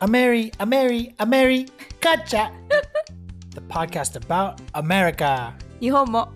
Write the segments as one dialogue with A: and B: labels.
A: A Mary, a Mary, a Mary, gotcha! the podcast about America.
B: 日本も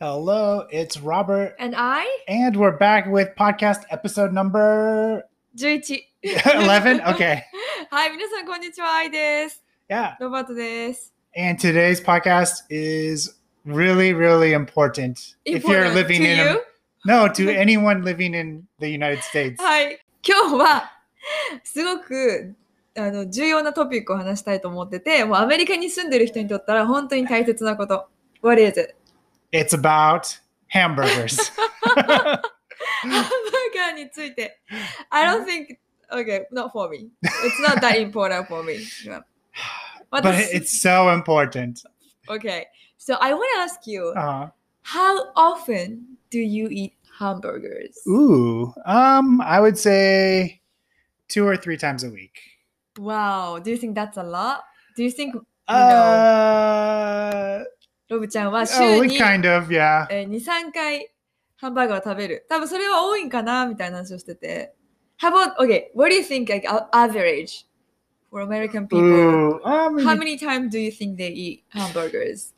A: Hello, it's Robert,
B: And I?
A: and we're back with podcast episode number
B: 11
A: 11. Okay.
B: はい皆さんこんにちはアイです
A: Yeah.
B: ロバートです
A: And today's podcast is really, really important. if you're
B: Important
A: living in
B: to
A: a-
B: you?
A: no, to anyone living in the United States.
B: はい今日はすごくあの重要なトピックを話したいと思っててもうアメリカに住んでる人にとったら本当に大切なこと What is it?
A: It's about hamburgers.
B: ハンバーガーについて I don't think Okay, not for me. It's not that important for me.
A: but it's so important.
B: okay. So I want to ask you,
A: Uh,
B: how often do you eat hamburgers?
A: ooh. Um, I would say two or three times a week.
B: Wow, do you think that's a lot? Do you think
A: Uh,
B: ロブちゃんは週
A: oh,
B: に、
A: we kind of, yeah.
B: えー、2、3回ハンバーガーを食べる多分それは多いんかなみたいな話をしてて。How about, okay, what do you think like a- average for American people?
A: Ooh, um,
B: How many times do you think they eat hamburgers?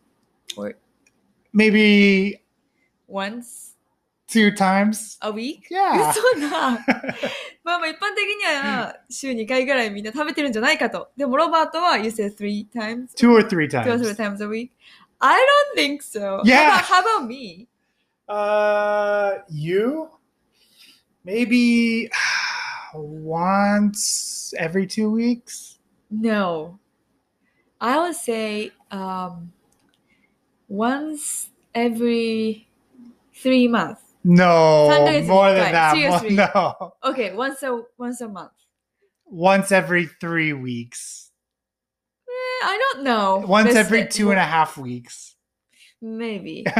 B: Or
A: maybe
B: once
A: two times.
B: a week?
A: Yeah.
B: 嘘な。まあまあ一般的には週2回ぐらいみんな食べてるんじゃないかと。でもロバートは you said three times
A: two or three times.
B: two or three times a week. I don't think so.
A: Yeah.
B: How about, how about me?
A: Uh, you maybe once every two weeks.
B: No. I would say um, once every three months.
A: No,
B: Sometimes
A: more than
B: it's
A: that.
B: like,
A: More-
B: seriously.
A: no,
B: Okay, once a once a month.
A: once every three weeks.
B: Eh, I don't know.
A: Once
B: Let's
A: every
B: say-
A: two and a half weeks.
B: Maybe.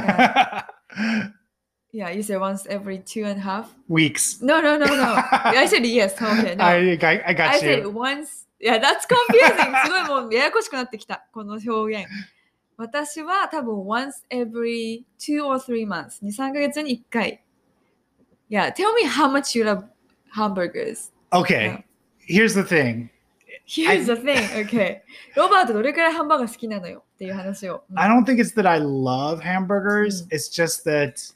B: Yeah. yeah, you say once every two and a half.
A: weeks.
B: No, no, no, no. I said yes. Okay, no.
A: I, I, I got
B: I
A: you.
B: said once. いや、that's confusing. すごいもうややこしくなってきた、この表現。私は多分 once every two or three months。2、3ヶ月に1回。Yeah, tell me how much you love hamburgers.
A: okay,
B: Yeah.
A: here's the thing.
B: Here's the thing. Okay. ロバートどれくらいハンバーガー好きなのよっていう話を。
A: I don't think it's that I love hamburgers.
B: Mm.
A: It's just that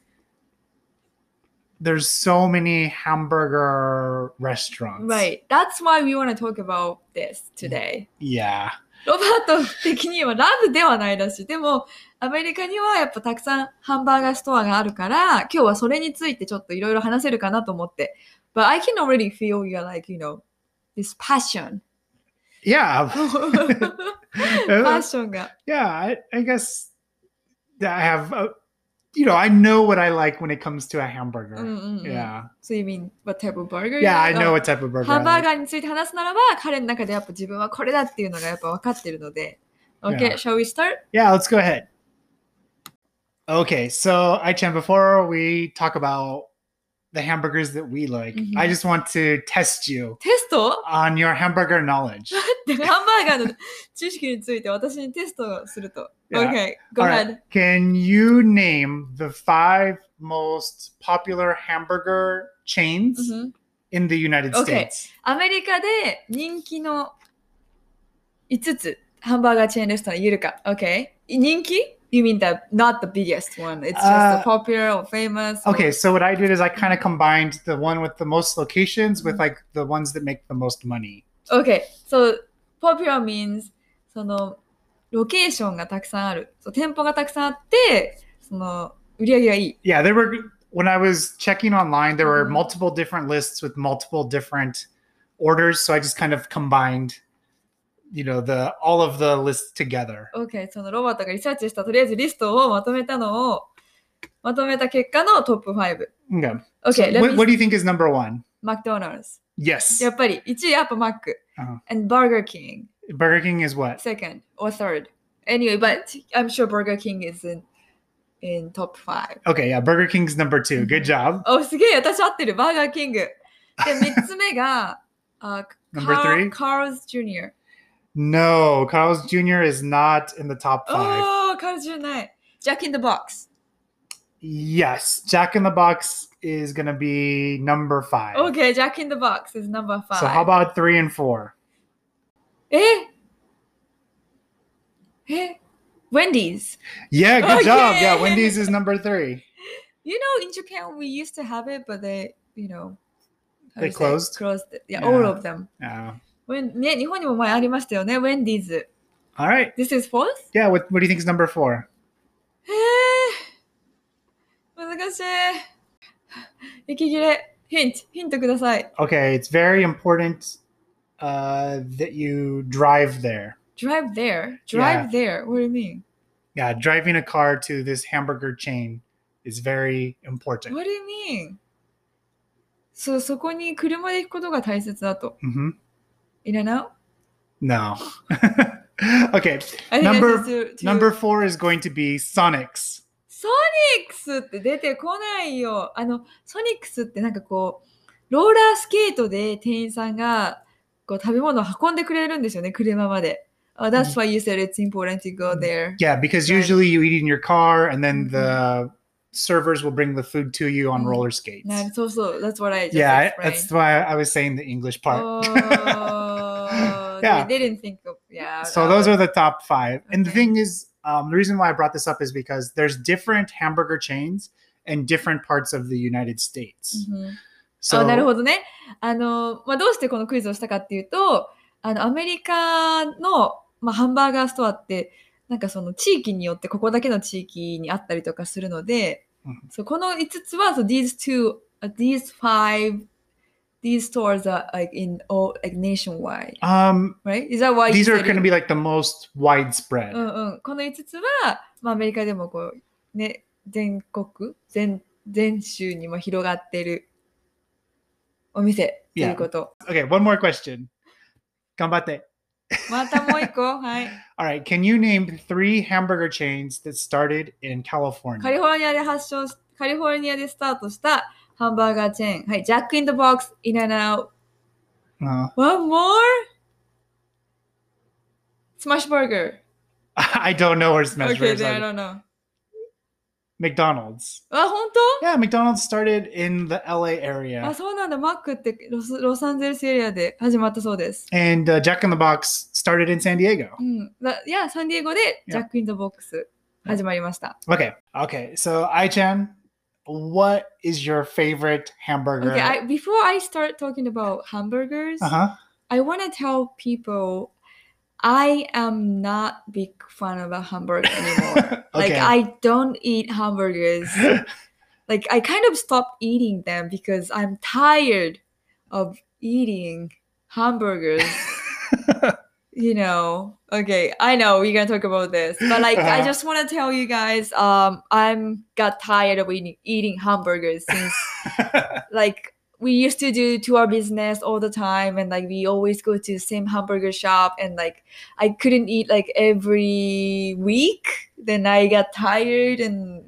A: there's so many hamburger restaurants.
B: Right. That's why we want to talk about this today.
A: Yeah.
B: ロバート的にはラブではないらしい。でも、アメリカにはやっぱたくさんハンバーガーストアがあるから、今日はそれについてちょっといろいろ話せるかなと思って。But I can already feel your like, you know, this passion.
A: Yeah.
B: パ
A: Uh,
B: ッションが。
A: yeah. I, I guess that I have, uh you know, I know what I like when it comes to a
B: うんうん
A: hamburger.
B: うん。
A: Yeah.
B: So you mean what type of burger? you
A: Yeah. I
B: like?
A: know what type of burger.
B: ハ
A: I
B: ンバー
A: like.
B: ガーについて話すならば、彼の中でやっぱ自分はこれだっていうのがやっぱ分かってるので。
A: Yeah.
B: Okay, shall we start?
A: Yeah. Let's go ahead. Okay. So, I Chan, before we talk about the hamburgers that we like,
B: Mhm.
A: I just want to test you.
B: テスト
A: on your hamburger knowledge.
B: でハンバーガーの知識について私にテストをすると。
A: Yeah.
B: Okay, go
A: All
B: ahead.
A: right. Can you name the five most popular hamburger chains
B: うんうん
A: in the United
B: Mm-hmm. Okay.
A: States?
B: アメリカで人気の5つハンバーガーチェーンレストラン言えるか ?OK? 人気 ?You mean the, not the biggest one. It's just
A: Uh,
B: the popular or famous. or-
A: Okay, so what I did is I kind of combined the one with the most locations with like the ones that make the most money.
B: Okay. So, popular means そのロケーションがたくさんある。そう店舗がたくさんあって、その売り上げがいい。
A: Yeah, there were when I was checking online, there were
B: Mhm.
A: multiple different lists with multiple different orders, so I just kind of combined you know the all of the lists together.
B: OK。そのロバートがリサーチしたとりあえずリストをまとめたのをまとめた結果のトップ5。
A: Okay. So
B: OK。
A: what, what do you think is number 1?
B: マクドナルズ。
A: Yes.
B: やっぱり1位やっぱマック。
A: Uh-huh.
B: And Burger King.
A: Burger King is what?
B: second or third. Anyway, but I'm sure Burger King is in in top five.
A: Okay, yeah, Burger King's number two. Good job.
B: お、すげえ、私合ってる、バーガーキング。で、3つ 目が、あ、
A: Number three?
B: カールズ・ジュニア。
A: No, Carl's Jr. is not in the top five.
B: Oh, おー、カールズ・ジュニアない。ジャック・イン・ザ・ボックス。
A: Yes, Jack in the Box is going to be number five.
B: Okay, Jack in the Box is number five.
A: So
B: Eh?
A: how about three and four?
B: ええ Eh? Wendy's.
A: Yeah, good job.
B: Okay.
A: Yeah, Wendy's is number three.
B: You know, in Japan we used to have it, but they, you know, how
A: They
B: to say it?
A: closed?
B: Closed. it. Yeah,
A: Yeah.
B: all of them.
A: Uh,
B: When, ね、日本にも前ありましたよね、Wendy's.
A: all right.
B: This is false?
A: Yeah, what, what do you think is number four?
B: えー、難しい。息切れ。ヒント、ヒントください。
A: Okay, it's very important uh, that you drive there.
B: Drive there.
A: Yeah.
B: Drive there. What do you mean?
A: Yeah, driving a car to this hamburger chain is very important.
B: What do you mean? そう、そこに車で行くことが大切だと。
A: hmm
B: いらな
A: No. okay,
B: I think I
A: Number-
B: said to- to-
A: number four is going to be Sonics.
B: ソニックスって出てこないよ。あの、ソニックスってなんかこう、ローラースケートで店員さんがこう食べ物を運んでくれるんですよね、車まで。Oh, that's why you said it's important to go there.
A: Yeah, because
B: Right.
A: usually you eat in your car and then the servers will bring the food to you on
B: Mhm.
A: roller skates.
B: なるそうそう、that's what I just
A: yeah,
B: explained.
A: that's why I was saying the English part.
B: Oh,
A: Yeah.
B: they didn't think of, yeah.
A: so those are the top five. And the
B: uh, Okay.
A: thing is, um, the reason why I brought this up is because there's different hamburger chains in different parts of the United States.
B: うんあ
A: So
B: なるほどね。あの、まあ、どうしてこのクイズをしたかっていうと、あの、アメリカの、まあ、ハンバーガーストアって、なんかその地域によってここだけの地域にあったりとかするので、
A: うん
B: そうこの5つは、そう these two, uh, these five, these stores are like in all, like nationwide,
A: um,
B: right? Is that why you
A: these are
B: said
A: going to
B: it?
A: be like the most widespread.
B: うんうん、この5つは、まあ、アメリカでもこう、ね、全国全全州にも広がってるお店ということ。
A: Okay, one more question. Gambate.
B: またもう一個、はい。
A: All right, can you name three hamburger chains that started in
B: カリ
A: California?
B: フォルニアで発祥し、カリフォルニアでスタートしたハンバーガーチェーン。はい、ジャック・イン・ド・ボックス、イナナウ、
A: Uh,
B: ワン・モースマッシュ・バーガー。
A: I don't know where Smash
B: Okay,
A: Burgers
B: then I
A: are.
B: don't know.
A: McDonald's.
B: あ、本
A: Yeah, McDonald's started in the LA
B: 当あ、
A: area.
B: そうなんだ。マックってロスロサンゼルスエリアで始まったそうです。
A: And uh, Jack in the Box started in San Diego.
B: うん。だいや、サンディエゴでジャック・イン・ザ・ボックス始まりました。
A: Okay. Okay. So, I Chan, what is your favorite hamburger?
B: Okay, I, before I start talking about hamburgers,
A: Uh huh.
B: I want to tell people I am not big fan of a hamburger anymore. Like
A: okay.
B: I don't eat hamburgers. like I kind of stopped eating them because I'm tired of eating hamburgers. you know okay i know we're gonna talk about this but like i
A: Uh-huh.
B: just want to tell you guys um i'm got tired of eating, eating hamburgers since like we used to do to our business all the time and like we always go to the same hamburger shop and like i couldn't eat like every week then i got tired and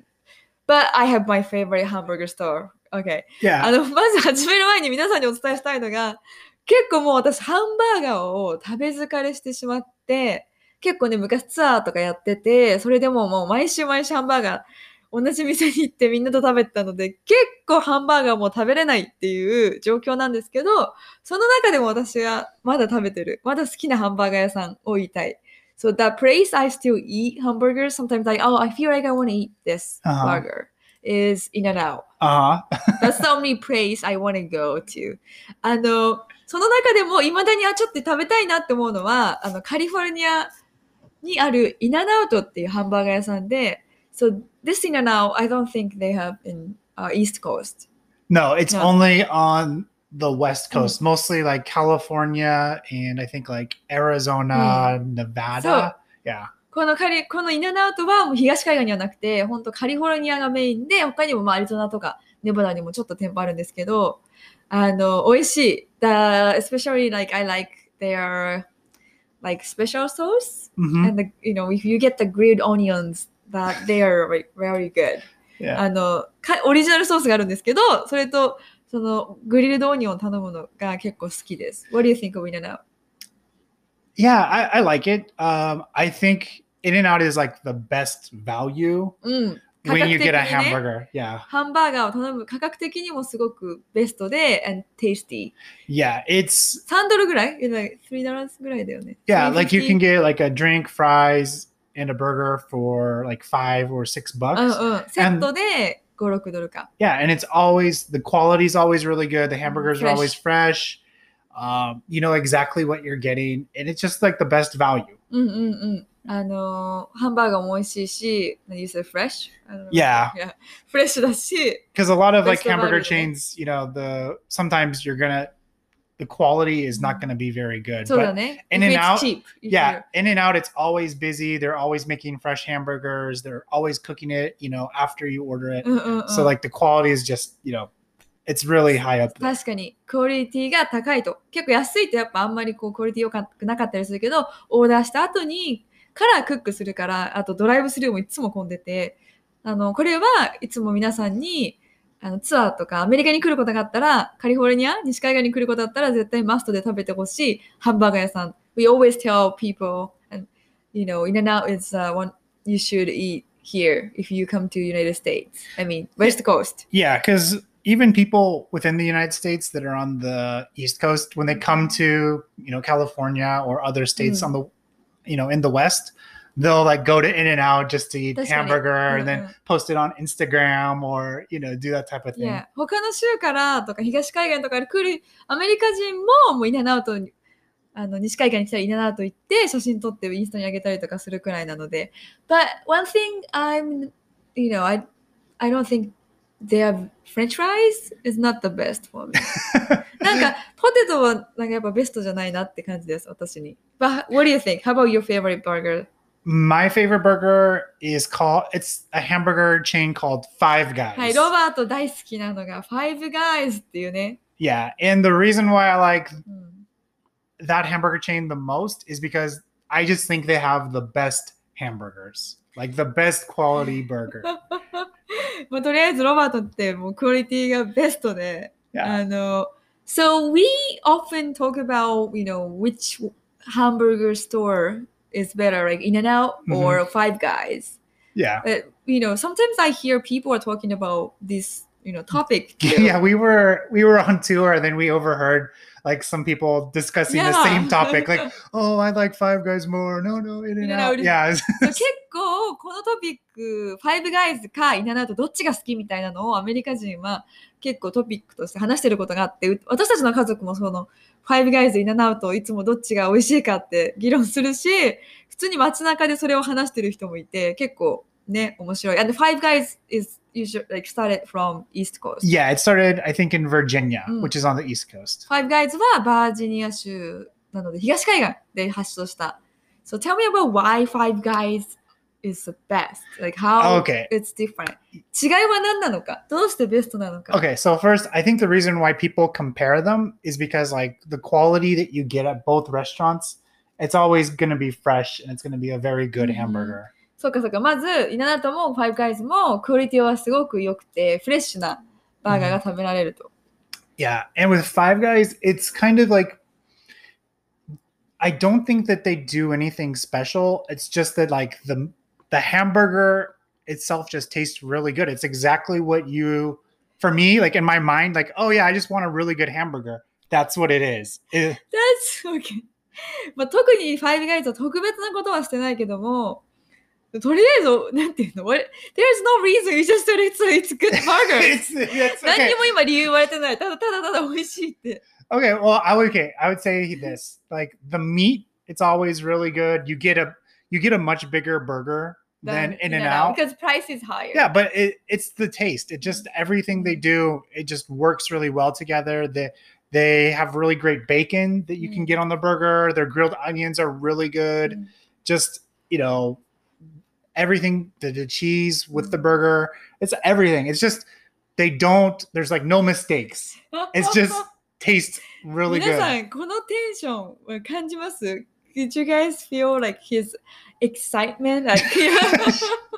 B: but i have my favorite hamburger store okay
A: yeah.
B: あの、まず始める前に皆さんにお伝えしたいのが、結構もう私ハンバーガーを食べ疲れしてしまって、結構ね、昔ツアーとかやってて、それでもうもう毎週毎週ハンバーガー、同じ店に行ってみんなと食べてたので、結構ハンバーガーも食べれないっていう状況なんですけど、その中でも私はまだ食べてる、まだ好きなハンバーガー屋さんを言いたい。So that place I still eat hamburgers, sometimes like, oh, I feel like I want to eat this
A: Uh-huh.
B: burger is in and out.
A: Uh huh.
B: That's the only place I want to go to. あの、その中でも、いまだに、あ、ちょっと食べたいなって思うのは、あの、カリフォルニアにあるイナナウトっていうハンバーガー屋さんで、So, this in and out, I don't think they have in、East Coast.
A: No, it's
B: No. Mm-hmm.
A: only on the West Coast, mostly like California and I think like Arizona, Nevada.
B: Mm-hmm. So-
A: yeah.
B: このカリ、このイナナウトはもう東海岸にはなくて、本当カリフォルニアがメインで、他にもまあアリゾナとかネバダにもちょっと店舗あるんですけど、あの、美味しい。The, especially like I like their like special sauce.
A: hmm
B: and the you know if you get the grilled onions that they are like, very good
A: Yeah.
B: あのかオリジナルソースがあるんですけどそれとそのグリルドオニオンを頼むのが結構好きです。What do you think of In and Out?
A: Yeah, I, I like it. Um, I think In and Out is like the best value.
B: うん。
A: when you get a
B: 価格的にね。
A: hamburger. Yeah.
B: ハンバーガーを頼む価格的にもすごくベストで、and tasty。
A: Yeah. It's
B: 3ドルぐらい like ?3 ドルぐらいだよね。
A: yeah, like you can
B: 3.50
A: get like a drink, fries, and a burger for like five or six bucks.
B: うんうん。セットで5、6ドルか。
A: Yeah, and it's always the quality's always really good. The hamburgers are always Mm, fresh. Um, you know exactly what you're getting, and it's just like the best value.
B: うんうんうん。あのーハンバーガーも美味しいし、何 you say fresh? I don't know.
A: Yeah.
B: Yeah. フレッシュだし、
A: Because a lot of like
B: Best value,
A: hamburger
B: yeah.
A: chains, you know, the sometimes you're gonna the quality is not gonna be very good.
B: そうだ
A: But
B: ね。
A: in and
B: If it's
A: out-
B: cheap, if
A: yeah, In and Out, it's always busy. They're always making fresh hamburgers. They're always cooking it, you know, after you order it.
B: you're- うんうんうん
A: So like the quality is just, you know, it's really high up.
B: 確かにクオリティが高いと結構安いとやっぱあんまりこうクオリティ良くなかったりするけどオーダーした後にからクックするからあとドライブスルーもいつも混んでてあのこれはいつも皆さんにあのツアーとかアメリカに来ることがあったらカリフォルニア西海岸に来ることだったら絶対マストで食べてほしいハンバーガー屋さん We always tell people and you know in and out is、uh, one you should eat here if you come to United States I mean West Coast
A: Yeah, because even people within the United States that are on the East Coast, when they come to you know California or other states
B: Mm.
A: on the you know in the West, they'll like go to In and Out just to eat
B: That's right.
A: hamburger and
B: Mm,
A: then post it on Instagram or you know do that type of
B: い
A: thing.
B: や、他の州からとか東海岸とかで来るアメリカ人ももうイナナウトにあの西海岸に来たらイナナウト行って写真撮ってインスタに上げたりとかするくらいなので。But one thing I'm, you know, I, I don't think their French fries is not the best for me. なんかポテトはなんかやっぱベストじゃないなって感じです、私に。But what do you think? How about your favorite burger?
A: My favorite burger is called it's a hamburger chain called Five Guys.
B: はい、ロバート大好きなのが Five Guys っていうね。
A: Yeah, and the reason why I like
B: うん
A: that hamburger chain the most is because I just think they have the best hamburgers, like the best quality burger.
B: まあ、とりあえずロバートってもうクオリティがベストで、
A: Yeah.
B: あの So we often talk about you know which hamburger store is better like In-N-Out
A: Mm-hmm.
B: or Five Guys
A: Yeah.
B: but you know sometimes I hear people are talking about this you know topic too.
A: Yeah, we were we were on tour and then we overheard like some people discussing the same topic. Like, oh, I like Five Guys more. No, no, In and
B: In-N-Out.
A: Out. Yeah.
B: そう結構このトピック「ファイブガイズ」か「イナナウト」どっちが好きみたいなのをアメリカ人は結構トピックとして話してることがあってう私たちの家族もその「ファイブガイズ」「イナナウト」いつもどっちが美味しいかって議論するし普通に街中でそれを話してる人もいて結構ね面白い。And Five Guys is usually like started from East Coast.
A: Yeah, it started I think in Virginia,
B: Mm.
A: which is on the East Coast.
B: Five Guys はバージニア州なので東海岸で発祥した。So tell me about why Five Guys is the best. Like how
A: Okay.
B: it's different. 違いは何なのかどうしてベストなのか
A: Okay, so first, I think the reason why people compare them is because like the quality that you get at both restaurants, it's always going to be fresh and it's going to be a very good
B: Mhm.
A: hamburger.
B: そうかそうか。まず、イナナともファイブガイズもクオリティはすごく良くて、フレッシュなバーガーが食べられると。
A: Yeah, and with Five Guys, it's kind of like I don't think that they do anything special. It's just that like the the hamburger itself just tastes really good. It's exactly what you for me like in my mind like, "Oh yeah, I just want a really good hamburger." That's what it is. It-
B: That's okay. まあ、特にファイブガイズは特別なことはしてないけども、とりあえず、なんていうの What- ?There's no reason you just said it's, it's good burger.
A: it's, it's
B: 何
A: okay.
B: にも今理由言われてない。ただただただ美味しいって。
A: Okay, well, I would okay. I would say this: like the meat, it's always really good. You get a you get a much bigger burger than In and Out.
B: Because price is higher.
A: Yeah, but it, it's the taste. It just everything they do, it just works really well together. They they have really great bacon that you can
B: Mm.
A: get on the burger. Their grilled onions are really good.
B: Mm.
A: Just you know, everything the, the cheese with the
B: Mm.
A: burger. It's everything. It's just they don't. There's like no mistakes. It's just tastes really
B: 皆
A: good.
B: さん、このテンションは感じます ?Did you guys feel like his excitement? Like,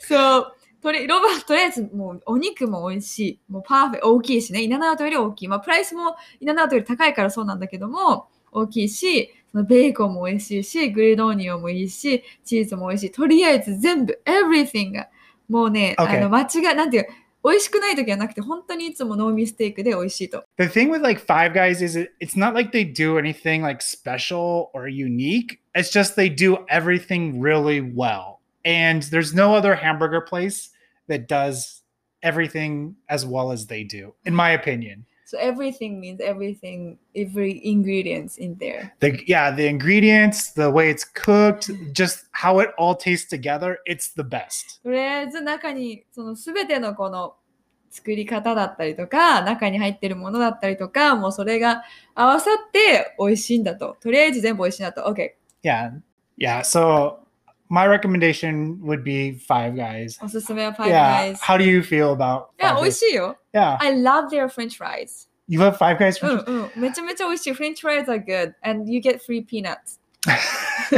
B: so, とりロバとりあえずもうお肉も美味しい。もうパーフェ大きいしね。イナナウトより大きい。まあ、プライスもイナナウトより高いからそうなんだけども、大きいし、そのベーコンも美味しいし、グリルドーニオンもいいし、チーズも美味しい。とりあえず全部、everything がもうね、
A: Okay.
B: あの間違い、なんていう、美味しくない時はなくて、本当にいつもノーミステイクで美味しいと。
A: The thing with like Five Guys is it, it's not like they do anything like special or unique. It's just they do everything really well. And there's no other hamburger place that does everything as well as they do, in my opinion.
B: So everything means everything, every ingredients in there.
A: The yeah, the ingredients, the way it's cooked, just how it all tastes together, it's the best.
B: とりあえず中にその全てのこの作り方だったりとか中に入ってるものだったりとかもうそれが合わさって美味しいんだととりあえず全部美味しいんだと OK
A: Yeah. Yeah. So my recommendation would be Five Guys.
B: おすすめは Five
A: yeah.
B: Guys
A: How do you feel about
B: いや
A: Five
B: 美味
A: Guys?
B: しいよ
A: Yeah.
B: I love their french fries
A: You love Five Guys?
B: うんうんめちゃめちゃ美味しい french fries are good and you get free peanuts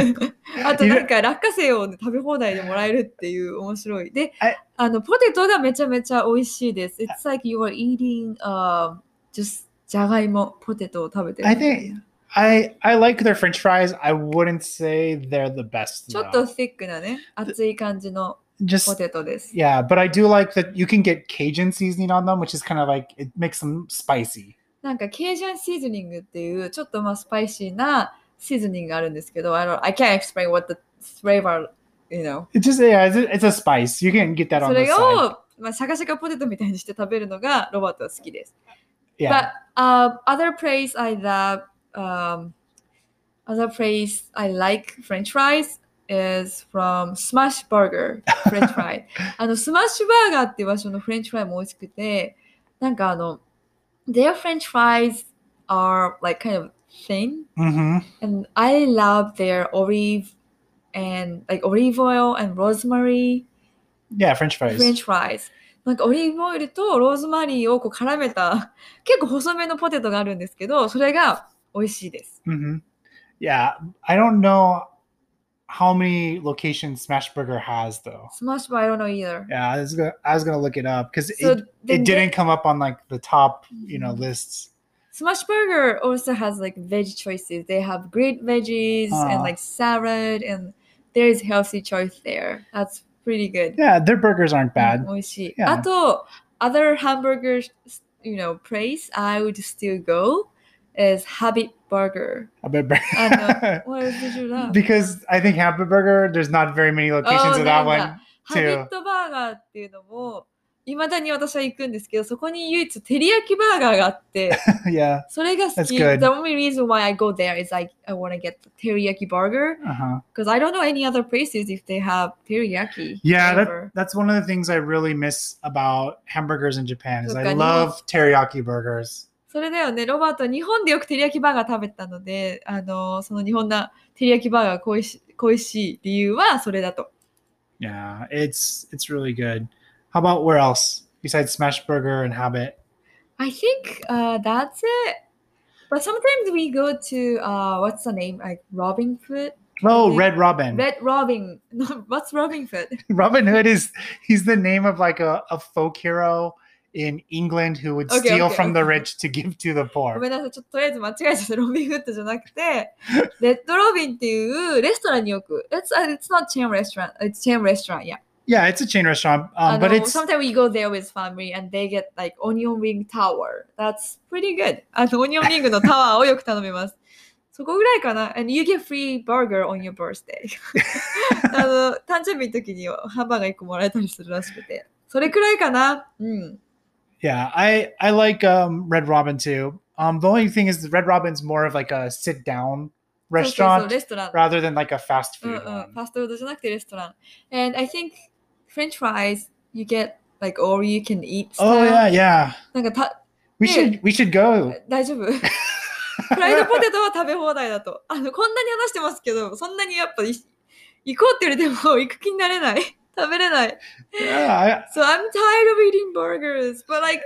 B: あとなんか落花生をね、食べ放題でもらえるっていう面白いで
A: え
B: あのポテトがめちゃめちゃ美味しいです It's like you are eating、uh, just じゃがいもポテトを食べてる
A: I think- I I like their French fries. I wouldn't say they're the best.
B: ちょっ
A: though.
B: と thick なね熱い感じのポ
A: just
B: テトです、
A: yeah, but I do like that you can get Cajun seasoning on them, which is kind of like it makes them spicy.
B: なんかケージャンシーズニングっていうちょっとまあスパイシーなシーズニングがあるんですけど I, don't, I can't explain what the flavor you know
A: It just yeah, it's a, it's a spice. You can get that
B: そ
A: on the
B: れ
A: side.
B: を、まあ、シャカシャカポテトみたいにして食べるのがロバートは好きです
A: Yeah,
B: But uh, other place I love, um, other place I like French fries is from Smash Burger French fry. あのスマッシュバーガーっていう場所のフレンチフライも美味しくて、なんかあの their French fries are like kind of thin
A: hmm
B: and I love their olive and like olive oil and rosemary.
A: yeah, French fries.
B: フレンチフライズ。なんかオリーブオイルとローズマリーをこう絡めた、 結構細めのポテトがあるんですけど、それが美味しいです。
A: hmm Yeah, I don't know how many locations Smashburger has though.
B: スマッシュバイロのイー
A: Yeah, I was gonna I was gonna look it up because it,
B: ル。
A: it didn't come up on like the top you know
B: Mhm.
A: lists.
B: Smash Burger also has like veg choices. They have great veggies
A: Ah.
B: and like salad and there is healthy choice there. That's pretty good.
A: Yeah, their burgers aren't bad.
B: 美味しい。
A: Yeah.
B: あと、other hamburgers, you know, place I would still go is Habit Burger.
A: I bet.
B: Mm-hmm. I What did you love?
A: because I think Hamburger, there's not very many locations
B: Oh,
A: of that
B: no, no.
A: one.
B: ハビットバーガーっていうのも、いまだに私は行くんですけど、そこに唯一照り焼きバーガーが あって、
A: yeah.
B: それが好
A: That's
B: き。The
A: good.
B: only reason why I go there is like, I want to get the teriyaki burger
A: Uh-huh.
B: because I don't know any other places if they have teriyaki.
A: Yeah, that,
B: flavor.
A: that's one of the things I really miss about hamburgers in Japan is I
B: Look, I
A: love teriyaki burgers.
B: それだよね、ロバート、日本でよく照り焼きバーガー食べたので、あの、その日本の照り焼きバーガーが恋し恋しい理由はそれだと。
A: Yeah, it's it's really good. How about where else besides Smashburger and Habit?
B: I think uh, that's it. But sometimes we go to uh, what's the name? Like Robin Hood.
A: Oh,
B: Yeah.
A: Red Robin.
B: Red Robin. No, what's Robin Hood?
A: Robin Hood is he's the name of like a, a folk hero in England who would
B: Okay,
A: steal
B: okay,
A: from the
B: okay.
A: rich to give to the
B: ご
A: poor.
B: めんなさい、ちょっととりあえず間違えちゃった。ロビンフッドじゃなくて、レッドロビンっていうレストランによく。It's, uh, it's not chain restaurant. It's chain restaurant, yeah.
A: Yeah, it's a chain restaurant, um,
B: あの
A: but it's
B: sometimes we go there with family and they get like onion ring tower. That's pretty good. あの、オニオンリングのタワーをよく頼みます。 そこぐらいかな。And you get free burger on your birthday. あの、誕生日の時にハンバーガー1個もらえたりするらしくて。それくらいかな。うん。
A: Yeah, I I like um Red Robin too. Um, the only thing is Red Robin's more of like a sit down
B: そうそうそ
A: restaurant
B: うレストラン。
A: rather than like a fast
B: うん
A: food
B: うん、フ
A: one.
B: ァストフードじゃなくてレストラン。And I think French fries, you get like all you can eat.
A: Oh yeah, yeah.
B: style. なんか
A: We
B: Yeah.
A: should we should go.
B: た大 丈夫フライドポテトは食べ放題だと。あのこんなに話してますけど、そんなにやっぱい行こうって言われても行く気になれない。 食べれない。
A: Yeah, I,
B: So I'm tired of eating burgers, but like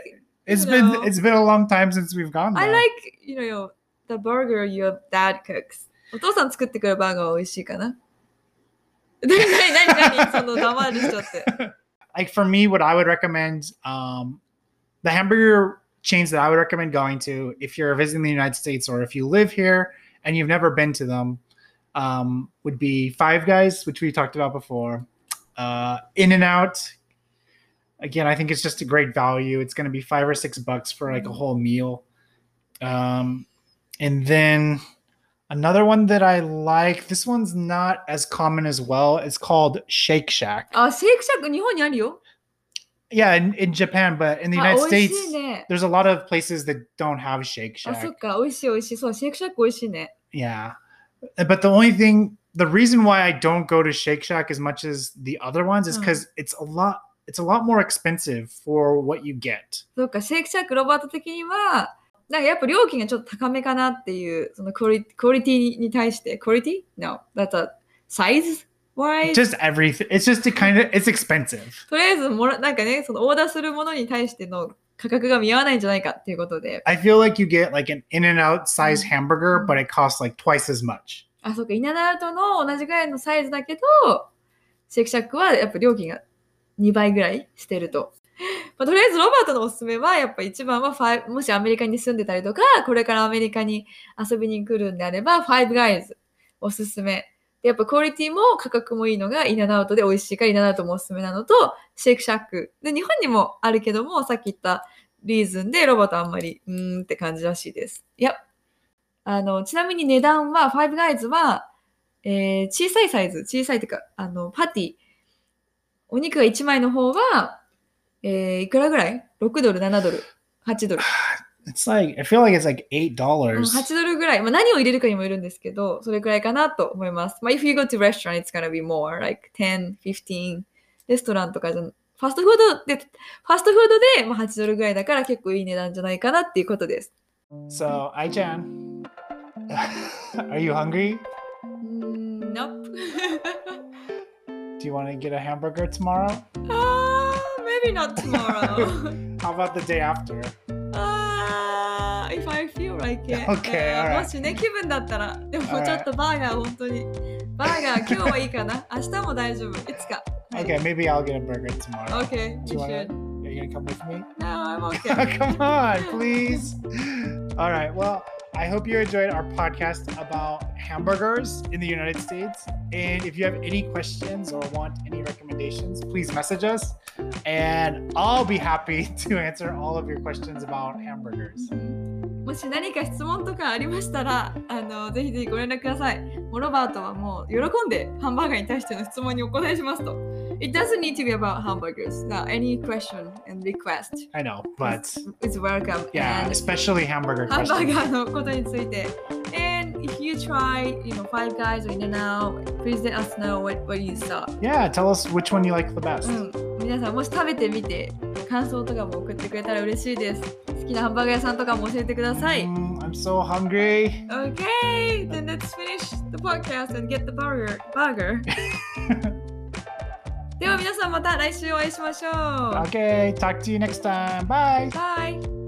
A: it's
B: You
A: been
B: know.
A: it's been a long time since we've gone.
B: I
A: there.
B: like, you know, the burger your dad cooks. お父さん作ってくるバーガーは美味しいかな。 なになになにその黙るしちゃって。
A: like for me, what I would recommend, um, the hamburger chains that I would recommend going to if you're visiting the United States or if you live here and you've never been to them, um, would be Five Guys, which we talked about before, uh, In and Out, again, I think it's just a great value. It's going to be five or six bucks for like a whole meal. Um, and then another one that I like. This one's not as common as well. It's called Shake Shack.
B: あ、シェイクシャック日本にあるよ。
A: yeah, in, in Japan, but in the
B: あ
A: United
B: 美味しい
A: States,
B: ね。
A: there's a lot of places that don't have Shake
B: あ、
A: Shack.
B: そっか、美味しい美味しい。そう、シェイクシャック美味しいね。
A: Yeah. But the only thing, the reason why I don't go to Shake Shack as much as the other ones is
B: Hmm.
A: because it's a lot, it's a lot more expensive for what you get.
B: そっか、シェイクシャックロバート的には、なんかやっぱ料金がちょっと高めかなっていう、そのクオリクオリティに対して、クオリティ ?No, that's a size? Why?
A: Just everything. It's just a kind of, it's expensive.
B: とりあえずもら、なんかね、そのオーダーするものに対しての価格が見合わないんじゃないかっていうことで。
A: I feel like you get like an in and out size
B: Hmm.
A: hamburger, but it costs like twice as much.
B: あ、そっか、イナダウトの同じぐらいのサイズだけど、シェイクシャックはやっぱ料金が2倍ぐらいしてると。まあ、とりあえずロバートのおすすめは、やっぱ一番はファイブ、もしアメリカに住んでたりとか、これからアメリカに遊びに来るんであれば、ファイブガイズおすすめ。でやっぱクオリティも価格もいいのがイナダウトで美味しいからイナダウトもおすすめなのと、シェイクシャック。で、日本にもあるけども、さっき言ったリーズンでロバートあんまり、うーんって感じらしいです。いや。あの、ちなみに値段は、ファイブガイズは、えー小さいサイズ、小さいっていうか、あの、パティ、お肉が1枚の方は、えーいくらぐらい ?6 ドル、7ドル、8ドル。
A: It's like, I feel like it's like $8.
B: うん8ドルぐらい。まあ、何を入れるかにもよるんですけど、それくらいかなと思います。まあ、if you go to restaurant, it's gonna be more, like 10, 15. レストランとかじゃん、ファストフードで、ファストフードで、まあ、8ドルぐらいだから結構いい値段じゃないかなっていうことです。
A: So, I Chan, are you hungry?
B: うーん、nope.
A: Do you want to get a hamburger tomorrow?
B: あー maybe not tomorrow.
A: How about the day after?
B: あー if I feel like it.
A: Okay,
B: あー
A: alright.
B: もしね、気分だったら。でも
A: Alright.
B: ちょっとバーガー、本当に。バーガー、今日はいい かな。明日も大丈夫。いつか。
A: Okay, maybe I'll get a burger tomorrow.
B: Okay,
A: Do you
B: you
A: wanna-
B: should.
A: Are you gonna come with me?
B: No, I'm okay.
A: come on, please. All right. Well, I hope you enjoyed our podcast about hamburgers in the United States. And if you have any questions or want any recommendations, please message us, and I'll be happy to answer all of your questions about hamburgers.
B: もし何か質問とかありましたら、あのぜひぜひご連絡ください。もうロバートはもう喜んでハンバーガーに対しての質問にお答えしますと。It doesn't need to be about hamburgers. No, any question and request
A: I know, but
B: is welcome.
A: yeah,
B: and
A: especially hamburger
B: ハンバー
A: questions.
B: ガーのことについて。And if you try, you know, Five Guys or In and Out, please let us know what, what you saw.
A: Yeah, tell us which one you like the best.
B: うん、皆さんもし食べてみて、感想とかも送ってくれたら嬉しいです。好きなハンバーガー屋さんとかも教えてください。
A: Mm, I'm so hungry.
B: Okay, then let's finish the podcast and get the burger. burger. では皆さんまた来週お会いしましょう。
A: Okay, talk to you next time. Bye.
B: Bye!